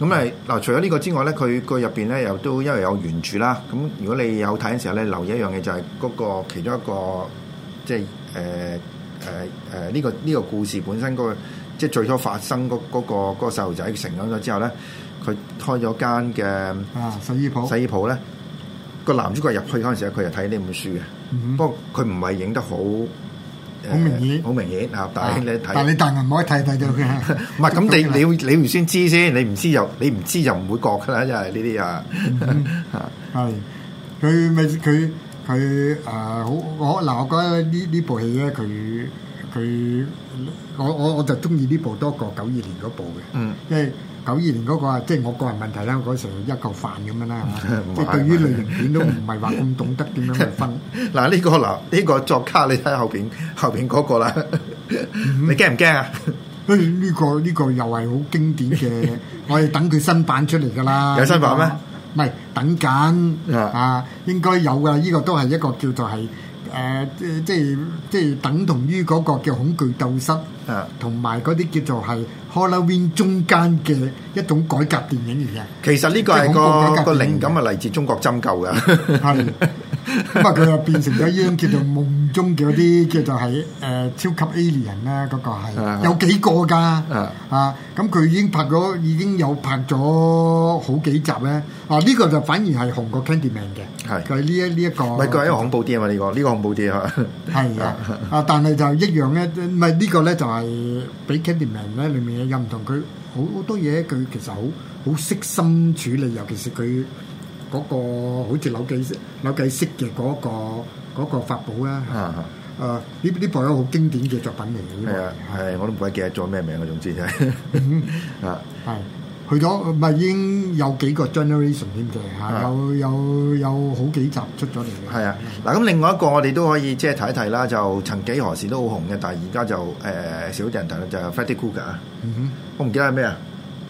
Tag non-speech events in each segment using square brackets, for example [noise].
咁誒嗱，除咗呢個之外咧，佢佢入邊咧又都因為有原著啦。咁如果你有睇嘅時候咧，留意一樣嘢就係嗰個其中一個即係誒誒誒呢個呢、個故事本身嗰、個即係最初發生嗰、嗰個嗰、個細路仔成長咗之後咧，佢開咗間啊，洗衣鋪嘅，洗衣鋪咧，個男主角入去嗰陣時咧，佢就睇呢本書嘅。嗯哼不過佢唔係影得好。誒好明顯好明顯嚇！但係你睇，啊但係你大人唔可以睇睇到佢係。 [laughs] 唔係咁你你要你要先知先，你唔知就你唔知就唔會覺噶啦，因為呢啲啊 [laughs] 嚇 [laughs] 係佢咪佢佢誒好我嗱，我覺得呢呢部戲咧，佢佢我我我就中意呢部多過九二年嗰部嘅，嗯因為九二年嗰個啊，即係我個人問題啦，我嗰時候一嚿飯咁樣啦，係 [laughs] 嘛唔係即係對於類型片都唔係話咁懂得點樣去分。嗱呢個嗱呢個作家你睇下後邊後邊嗰個啦，你驚唔驚啊？誒呢、個呢、個又係好經 [laughs] 典嘅，我哋等佢新版出嚟㗎啦。有新版咩呢個？唔係等緊啊啊，應該有㗎。呢、個都係一個叫做係誒，即即係即係等同於嗰個叫恐懼鬥室啊，同埋嗰啲叫做係 Halloween 中間嘅一種改革電影嚟嘅。其實呢個係即係恐怖改個革個電靈影感係嚟自中國針灸噶，係。咁啊，佢又變成咗呢種叫做夢中嘅嗰啲叫做係誒、呃超級 alien 啦，嗰、個啊係有幾個㗎啊啊！咁佢已經拍咗，已經有拍咗好幾集咧。啊，呢、個就反而係紅過 Candyman 嘅，係佢呢一呢一個唔係佢係一個恐怖啲啊嘛呢個呢個恐怖啲 [laughs] 嚇，係 [laughs] 啊，啊但係就一樣咧，唔係呢個咧就係比 Candyman 咧裏面又唔同，佢好好多嘢佢其實好好悉心處理，尤其是佢嗰、個好似扭計式扭計式嘅嗰、個嗰、個法寶啦。啊啊誒呢呢部係一個好經典嘅作品嚟係嘅，呢啊部係係我都唔鬼記得咗咩名啊，總之就係啊係去咗唔係已經有幾個 generation 添嘅啊嚇，有有有好幾集出咗嚟 [laughs] 嘅。係啊嗱咁另外一個我哋都可以即係睇一睇啦，就曾幾何時都好紅嘅，但係而家就誒少啲人睇啦，就係 Freddy Krueger 啊嗯我唔記得係咩啊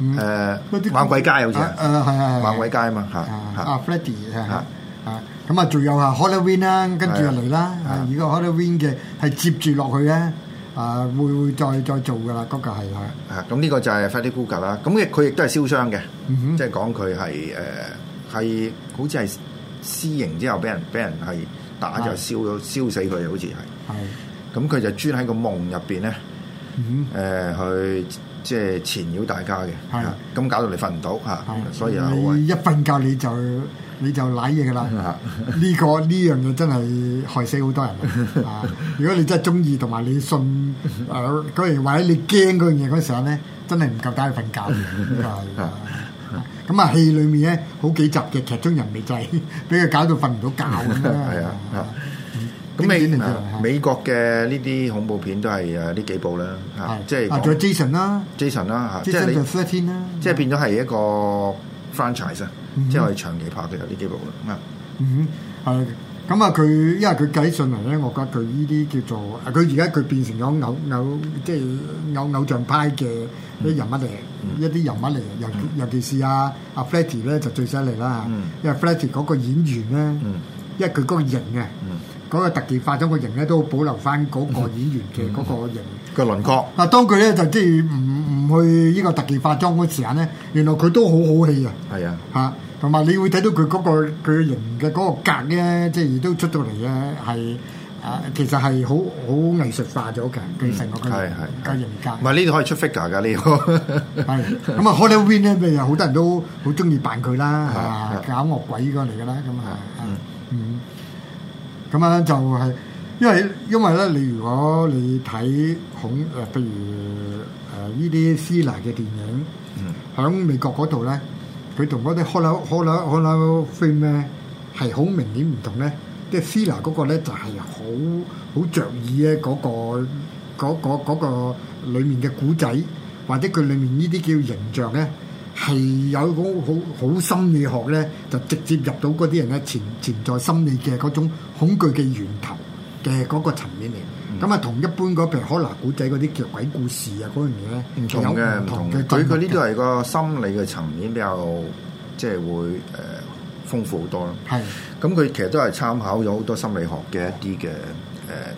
嗯誒 Freddy 猛鬼街啊好哼，似啊係誒係係係猛鬼街啊嘛嚇啊嚇。啊 Freddy 係啊啊啊咁啊，仲有啊 Halloween 啦，跟住又嚟啦係啊，啊而個 Halloween 嘅係接住落去咧，啊會會再再做噶啦，嗰個係啊，啊，咁呢個就係 Freddy Krueger 啦。咁亦佢亦都係燒傷嘅，嗯哼即係講佢係誒係好似係私刑之後俾人俾人係打就係燒咗燒死佢，好似係。係咁佢就專喺個夢入邊咧嗯誒去即係纏繞大家嘅，係啊咁搞到你瞓唔到嚇哼，係，所以啊好你一瞓覺你就你就賴嘢 [laughs] 噶啦。啊呢、個呢樣嘢真係害死好 [laughs] 多人啊！如果你真係中意同埋你信誒嗰樣嘢，或者你驚嗰樣嘢嗰時候咧，真係唔夠膽去瞓 [laughs] 覺嘅。呢個係啊咁啊，戲裡面咧好幾集嘅劇中人未濟， [laughs] 俾佢搞到瞓唔到覺咁樣。係啊啊咁經典美嚟嘅啊係美國嘅呢啲恐怖片都係誒呢幾部啦，嚇係即係啊，仲有講 Jason 啦 Jason 啦嚇，即係，Jason 你就 Thirteen 啦，即係變咗係一個 franchise 啊，嗯即係我哋長期拍嘅有呢幾部啦。啊嗯哼，係。咁啊，佢因為佢計上嚟咧，我覺得佢呢啲叫做啊佢而家佢變成咗偶偶即係偶偶像派嘅啲人物嚟，嗯一啲人物嚟，尤尤其是啊阿 Flatty 咧就最犀利啦嗯，因為 Flatty 嗰個演員咧嗯，因為佢嗰個型啊嗯，嗰個特技化妝個型咧都保留翻嗰個演員嘅嗯嗰個型。個輪廓啊，當佢咧就即係唔唔去呢個特技化妝嗰時間咧，原來佢都好好戲啊！係啊，嚇，同埋你會睇到佢嗰、個佢型嘅嗰個格咧，即係都出到嚟咧，係啊，其實係好好藝術化咗嘅，佢成個佢嗯係係個型格唔。係呢度可以出 figure 㗎呢個。係咁啊，Halloween 咧，咪有好多人都好中意扮佢啦，係啊係搞惡鬼嗰個嚟噶啦，咁啊，嗯，咁啊就係、因為因為咧，你如果你睇恐誒，譬如誒呃呢啲斯拿嘅電影嗯，響、美國嗰度咧，佢同嗰啲 Hollow Hollow Hollow film 咧係好明顯唔同咧，即係斯拿嗰個咧就係好好着意咧嗰、個。嗰嗰嗰個裡面嘅古仔，或者佢裡面呢啲叫形象咧，係有好好好心理學咧，就直接入到嗰啲人嘅潛潛在心理嘅嗰種恐懼嘅源頭嘅嗰個層面嗯嚟。咁啊，同一般嗰譬如可能古仔嗰啲叫鬼故事啊嗰樣嘢咧，唔同嘅，唔同嘅。佢佢呢度係個心理嘅層面比較，即係會誒、呃豐富好多咯。係咁佢其實都係參考咗好多心理學嘅一啲嘅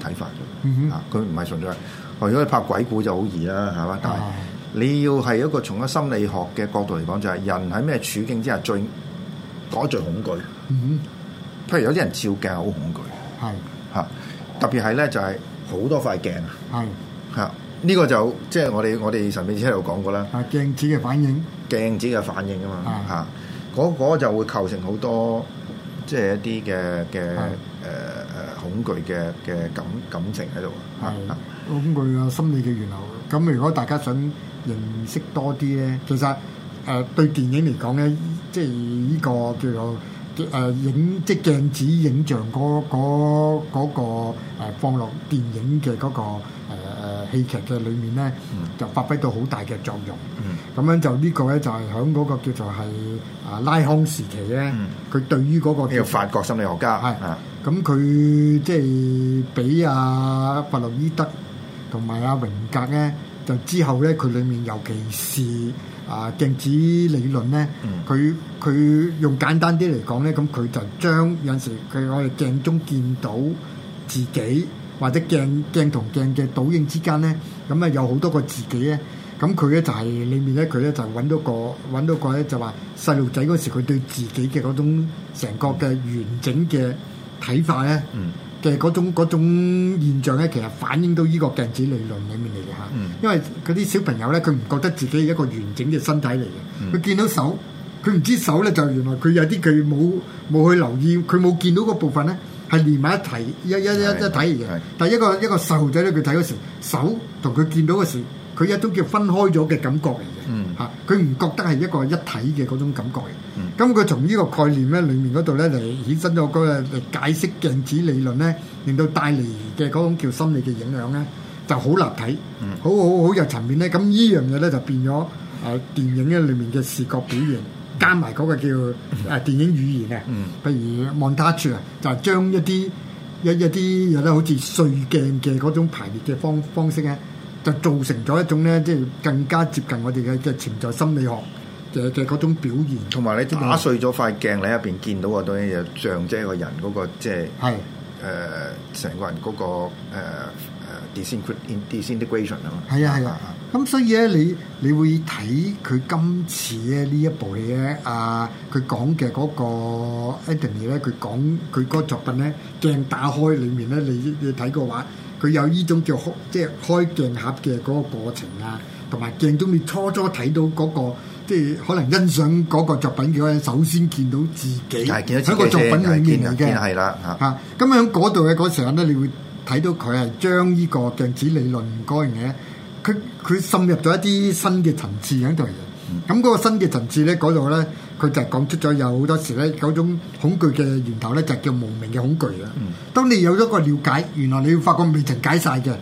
誒睇法嗯哼嘅。啊，佢唔係純粹係，哦如果你拍鬼故就好易啦，係嘛？但係啊你要係一個從一個心理學嘅角度嚟講，就係、人喺咩處境之下最嗰最恐懼。嗯譬如有啲人照鏡好恐懼哼係嚇、特別係咧就係、好多塊鏡啊係嚇。呢、個就即係我哋我哋神秘之喺度講過啦，啊鏡子嘅反應鏡子嘅反應啊嘛係嚇，嗰、嗰就會構成好多即係一啲嘅嘅誒誒係恐懼嘅嘅感感情喺度係啊啊。咁佢嘅心理嘅源流。咁如果大家想認識多啲咧，其實誒、呃、對電影嚟講咧，即係呢個叫做誒、呃影即係鏡子影像嗰嗰嗰個、呃、放落電影嘅嗰、個誒、呃、戲劇嘅裏面咧，就發揮到好大嘅作用。嗯咁樣就呢個咧就係響嗰個叫做係啊拉康時期咧嗯，佢、對於嗰個呢個法國心理學家係啊，咁佢即係俾阿弗洛伊德同埋阿榮格咧，就之後咧佢裡面尤其是啊鏡子理論咧嗯，佢佢、用簡單啲嚟講咧，咁佢就將有陣時佢我哋鏡中見到自己或者鏡鏡同鏡嘅倒影之間咧，咁啊有好多個自己咧。咁佢咧就係裏面咧，佢咧就揾到個揾到個咧就話細路仔嗰時佢對自己嘅嗰種成個嘅完整嘅睇法咧嗯嘅嗰種嗰種現象咧，其實反映到呢個鏡子理論裡面嚟嘅嚇。嗯因為嗰啲小朋友咧，佢唔覺得自己係一個完整嘅身體嚟嘅，嗯佢、見到手，佢唔知手咧就原來佢有啲佢冇冇去留意，佢冇見到嗰部分咧係連埋一齊一一一係一睇嚟嘅係。但係一個一個細路仔咧，佢睇嗰時手同佢見到嗰時，佢一種叫分開咗嘅感覺嚟嘅。嗯嚇，佢唔覺得係一個一體嘅嗰種感覺嗯嚟。咁佢、從呢個概念咧，裡面嗰度咧嚟衍生咗嗰個嚟解釋鏡子理論咧，令到帶嚟嘅嗰種叫心理嘅影響咧，就好立體，嗯好好好有層面咧。咁呢樣嘢咧就變咗誒、呃、電影咧裡面嘅視覺表現，加埋嗰個叫誒、呃、電影語言啊。嗯譬如 montage 啊，就係將一啲一一啲有咧好似碎鏡嘅嗰種排列嘅方方式咧，就造成咗一種咧，即係更加接近我哋嘅嘅潛在心理學嘅嘅嗰種表現。同埋啊你打碎咗塊鏡，你喺入邊見到嗰堆嘢，就象徵一個人嗰、個即係係誒成個人嗰、個誒誒 disintegration disintegration 啊嘛。係啊係啊，咁所以咧，你你會睇佢今次咧呢一部戲咧，啊，佢講嘅嗰個 Anthony 咧，佢講佢嗰個作品咧，鏡打開裡面咧，你你睇嘅話，佢有呢種叫開即係開鏡盒嘅嗰個過程啊，同埋鏡中你初初睇到嗰、個。即係可能欣賞嗰個作品嘅話，首先見到自己係見到自己喺個作品裡面先係嚟見嘅，啊見係啦嚇嚇。咁喺嗰度嘅嗰時候咧，你會睇到佢係將呢個鏡子理論嗰樣嘢，佢佢滲入咗一啲新嘅層次喺度嚟嘅。咁嗰個新嘅層次咧，嗰度咧，佢就係講出咗有好多時咧嗰種恐懼嘅源頭咧，就係叫無名嘅恐懼啦。當你有咗個了解，原來你會發覺未曾解晒嘅。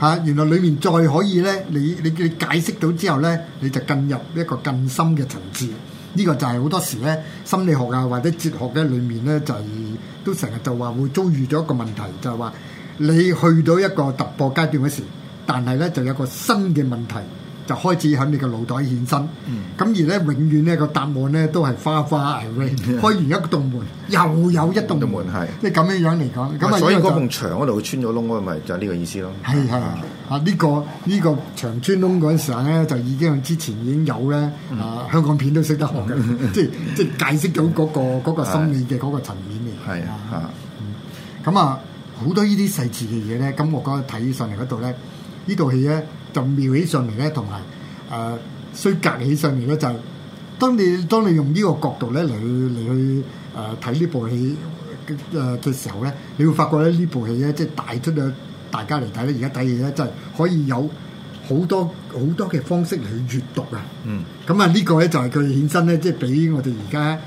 嚇、原來裡面再可以咧，你你你解釋到之後咧，你就進入一個更深嘅層次。呢個就係好多時咧心理學啊或者哲學嘅裏面咧，就係、都成日就話會遭遇咗一個問題，就係、話你去到一個突破階段嗰時，但係咧就有個新嘅問題就開始喺你個腦袋現身。咁、而咧永遠咧個答案咧都係花花係咪？ [laughs] 開完一道門，又有一道一道門，門係即係咁樣樣嚟講。咁啊，所以呢個嗰就埲牆嗰度穿咗窿嗰個咪就係呢個意思咯。係係啊！呢、個呢、個長穿窿嗰陣時候咧，就已經之前已經有咧，啊香港片都識得學嘅，即係即係解釋到嗰、個嗰個心理嘅嗰個層面嚟。係啊嚇。咁啊，好多呢啲細緻嘅嘢咧，咁我覺得睇上嚟嗰度咧，呢套戲咧就妙起上嚟咧，同埋誒衰格起上嚟咧，就係、當你當你用呢個角度咧嚟去嚟去誒睇呢部戲誒嘅時候咧，你會發覺咧呢部戲咧即係帶出咗大家嚟睇咧，而家睇嘢咧真係可以有好多好多嘅方式嚟去閲讀啊！嗯咁啊，呢個咧就係佢衍生咧，即係俾我哋而家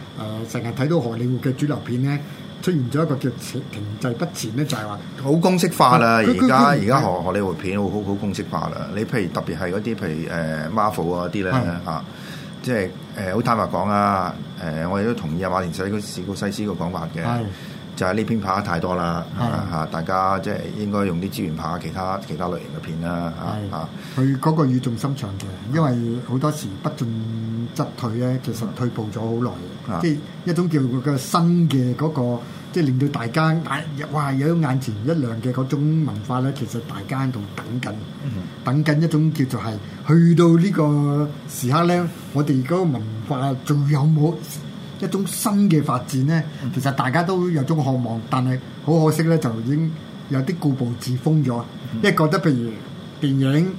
誒成日睇到荷里活嘅主流片咧，出現咗一個叫停停滯不前咧，就係話好公式化啦！佢佢而家佢而家荷荷里活片好好好公式化啦。你譬如特別係嗰啲譬如誒 Marvel 啊啲咧係嚇即係誒好坦白講啊，誒、我哋都同意阿馬連西嗰史古西斯個講法嘅。係就係呢篇拍得太多啦，係嚇大家即係應該用啲資源拍下其他其他類型嘅片啦，嚇係嚇啊佢嗰個語重心長嘅，因為好多時不進則退咧，其實退步咗好耐嗯啊嘅，即係一種叫佢嘅新嘅嗰、個，即係令到大家眼哇有眼前一亮嘅嗰種文化咧，其實大家喺度等緊，等緊一種叫做係去到呢個時刻咧，我哋嗰個文化仲有冇？一種新嘅發展咧，其實大家都有種渴望，但係好可惜咧，就已經有啲固步自封咗，因為覺得譬如電影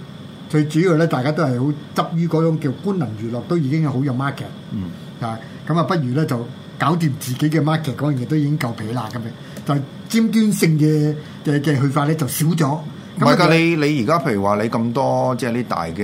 最主要咧，大家都係好執於嗰種叫官能娛樂，都已經係好有 market，嗯啊，咁啊，不如咧就搞掂自己嘅 market 嗰樣嘢都已經夠皮啦，咁樣就尖端性嘅嘅嘅去法咧就少咗。唔咁係啊㗎，你你而家譬如話你咁多即係呢大嘅誒、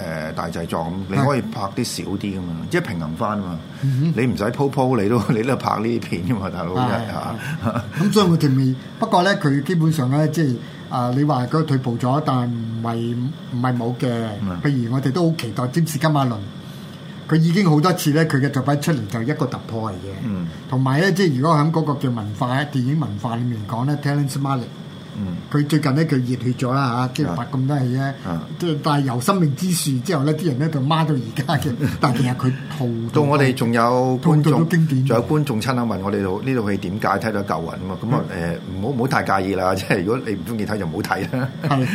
呃大製作咁，你可以拍啲少啲噶嘛，即係平衡翻啊嘛。你唔使鋪鋪，你都你都拍呢啲片噶嘛，大佬係啊真係嚇。咁所以我哋未，啊不過咧佢基本上咧即係啊、你話佢退步咗，但係唔係唔係冇嘅嗯。譬如我哋都好期待詹士金馬倫，佢已經好多次咧，佢嘅作品出嚟就一個突破嚟嘅嗯。同埋咧，即係如果喺嗰個叫文化電影文化裏面講咧，Terence Malick。嗯佢最近咧佢熱血咗啦啊嚇，即係拍咁多戲咧啊，即係但係由生命之樹之後咧，啲人咧就孖到而 [laughs] 家嘅，但係其實佢套到我哋仲有套觀套都眾，經典嘅仲有觀眾親口問我哋度呢套戲點解睇到舊雲啊嘛，咁啊誒唔好唔好太介意啦， [laughs] 即係如果你唔中意睇就唔好睇 [laughs] 啦。 [laughs] 係，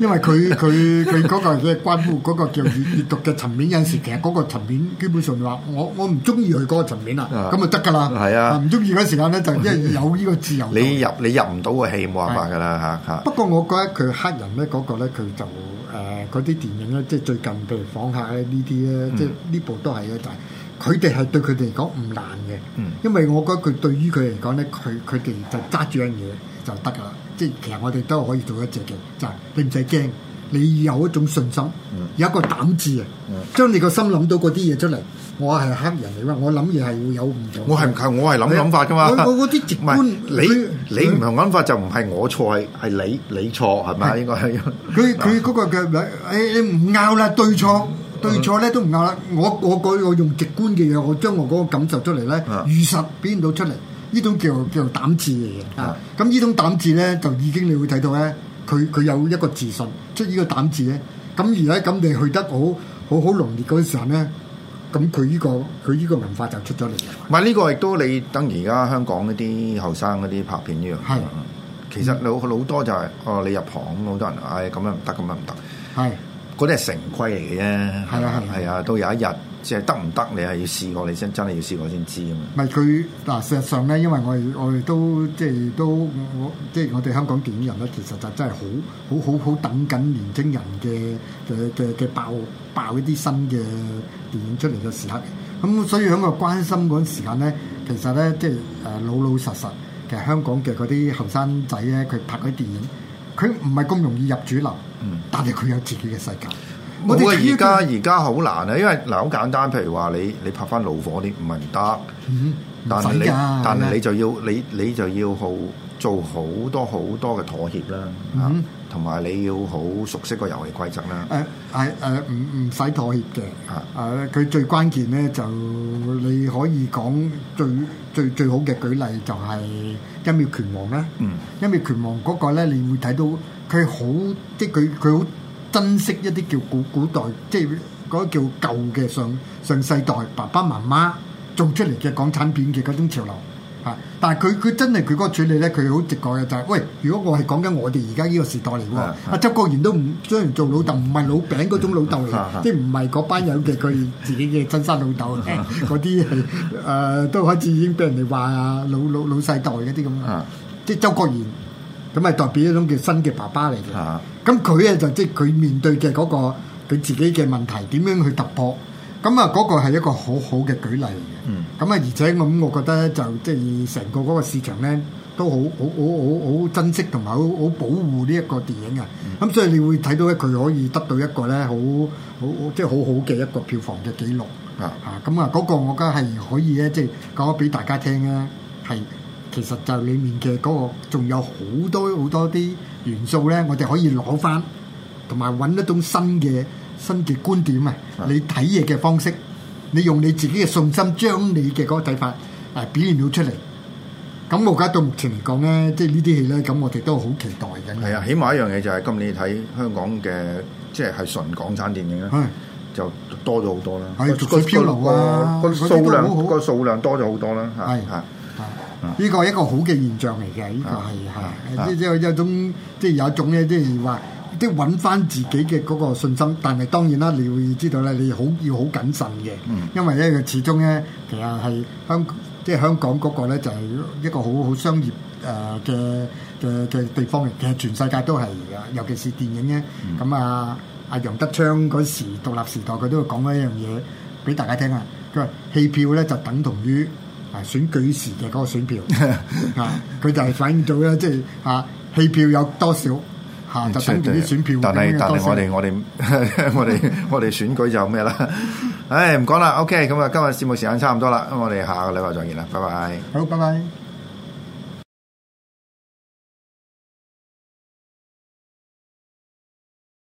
因為佢佢佢嗰個嘅關乎嗰個叫閱閱讀嘅層面，有陣時其實嗰個層面基本上話我我唔中意佢嗰個層面啊，啊咁就得㗎啦。係啊唔中意嗰時間咧就因為有呢個自由度。你入你入唔到個戲冇辦法㗎啦嚇嚇。不過我覺得佢黑人咧嗰個咧佢就誒呃嗰啲電影咧，即係最近譬如訪客咧呢啲嗯咧，即係呢部都係嘅，但係佢哋係對佢哋嚟講唔難嘅，嗯因為我覺得佢對於佢嚟講咧，佢佢哋就揸住樣嘢就得㗎啦。即係其實我哋都可以做一隻嘅，就係、你唔使驚，你有一種信心，嗯有一個膽志啊，將你個心諗到嗰啲嘢出嚟。我係黑人嚟㗎，我諗嘢係會有唔同嘅。我係唔係我係諗諗法㗎嘛？我我嗰啲直唔係觀，你佢你唔同諗法就唔係我錯，係你你錯係咪？應該係佢佢嗰個嘅誒你唔拗啦，對錯對錯咧都唔拗啦。我我我我用直觀嘅嘢，我將我嗰個感受出嚟咧啊，如實表現到出嚟，呢種叫叫做膽字嚟嘅。啊啊，咁呢種膽字咧，就已經你會睇到咧，佢佢有一個自信，即係呢個膽字咧。咁而咧，咁你去得好好好濃烈嗰陣時候咧，咁佢呢個佢呢個文化就出咗嚟嘅。唔係呢個亦都你等而家香港嗰啲後生嗰啲拍片呢樣嘢係。嗯其實老好多就係、哦，你入行咁好多人，哎唉咁樣唔得，咁樣唔得，係嗰啲係成規嚟嘅啫。係啊係啊係啊，到有一日即係得唔得，你係要試過，你先真係要試過先知啊嘛。唔係佢嗱，事實上咧，因為我哋我哋都即係都我即係我哋香港電影人咧，其實就真係好好好好等緊年青人嘅嘅嘅嘅爆爆一啲新嘅電影出嚟嘅時刻。咁所以喺個關心嗰陣時間咧，其實咧即係誒呃老老實實，其實香港嘅嗰啲後生仔咧，佢拍嗰啲電影，佢唔係咁容易入主流，但係佢有自己嘅世界。冇啊！睇一而個家而家好難啊，因為嗱好簡單，譬如話你你拍翻怒火啲唔係唔得，但係唔你使㗎但係係你咪就要你你就要好做好多好多嘅妥協啦，嗯啊同埋你要好熟悉個遊戲規則啦。誒係誒唔唔使妥協嘅，誒啊佢、最關鍵咧就你可以講最最最好嘅舉例就係一秒拳王啦，嗯一秒拳王嗰個咧你會睇到佢好即係佢佢好珍惜一啲叫古古代即係嗰叫舊嘅上上世代爸爸媽媽做出嚟嘅港產片嘅嗰種潮流。啊！但係佢佢真係佢嗰個處理咧，佢好直覺嘅就係、喂，如果我係講緊我哋而家呢個時代嚟喎，啊阿周國賢都唔雖然做老豆，唔係老餅嗰種老豆嚟啊啊嘅，即係唔係嗰班友嘅佢自己嘅親生老豆啊嗰啲係誒都開始已經俾人哋話啊老老老世代嗰啲咁啊啊，即係周國賢咁係代表一種叫新嘅爸爸嚟嘅。啊咁佢咧就即係佢面對嘅嗰、個佢自己嘅問題點樣去突破，咁啊嗰個係一個好好嘅舉例嚟嘅。嗯咁啊，而且咁，我覺得就即係成個嗰個市場咧，都好好好好好珍惜同埋好好保護呢一個電影啊。咁、所以你會睇到咧，佢可以得到一個咧好好好即係好好嘅一個票房嘅記錄啊啊。咁啊，嗰個我覺得係可以咧，即係講咗俾大家聽啊，係其實就裡面嘅嗰、個仲有好多好多啲元素咧，我哋可以攞翻，同埋揾一種新嘅新嘅觀點啊，你睇嘢嘅方式，你用你自己嘅信心將你嘅嗰個睇法誒表現到出嚟。咁我而家到目前嚟講咧，即係呢啲戲咧，咁我哋都好期待緊。係啊，起碼一樣嘢就係今年睇香港嘅，即係係純港產電影咧，係，就多咗好多啦。啊係個逐水漂流啊個個嗰數啲都好好量個數量多咗好多啦。嚇係嚇啊呢個係一個好嘅現象嚟嘅，呢個係啊係即即有有種即係有一種咧，即係話即係揾翻自己嘅嗰個信心。但係當然啦，你會知道咧，你好要好謹慎嘅，嗯因為咧始終咧其實係香即係香港嗰個咧就係一個好好商業誒嘅嘅嘅地方嚟，其實全世界都係㗎，尤其是電影咧。嗯咁啊，阿楊德昌嗰時獨立時代，佢都會講過一樣嘢俾大家聽啊。佢話戲票咧就等同於啊選舉時嘅嗰個選票 [laughs] 啊，佢就係反映到咧，即係啊戲票有多少嚇、就等同於選票但嗯咁係樣但多係少我。哋我哋我哋 [laughs] 我哋選舉就咩啦？唉，唔講啦。OK，咁啊，今日節目時間差唔多啦，咁我哋下個禮拜再見啦，拜拜。好，拜拜。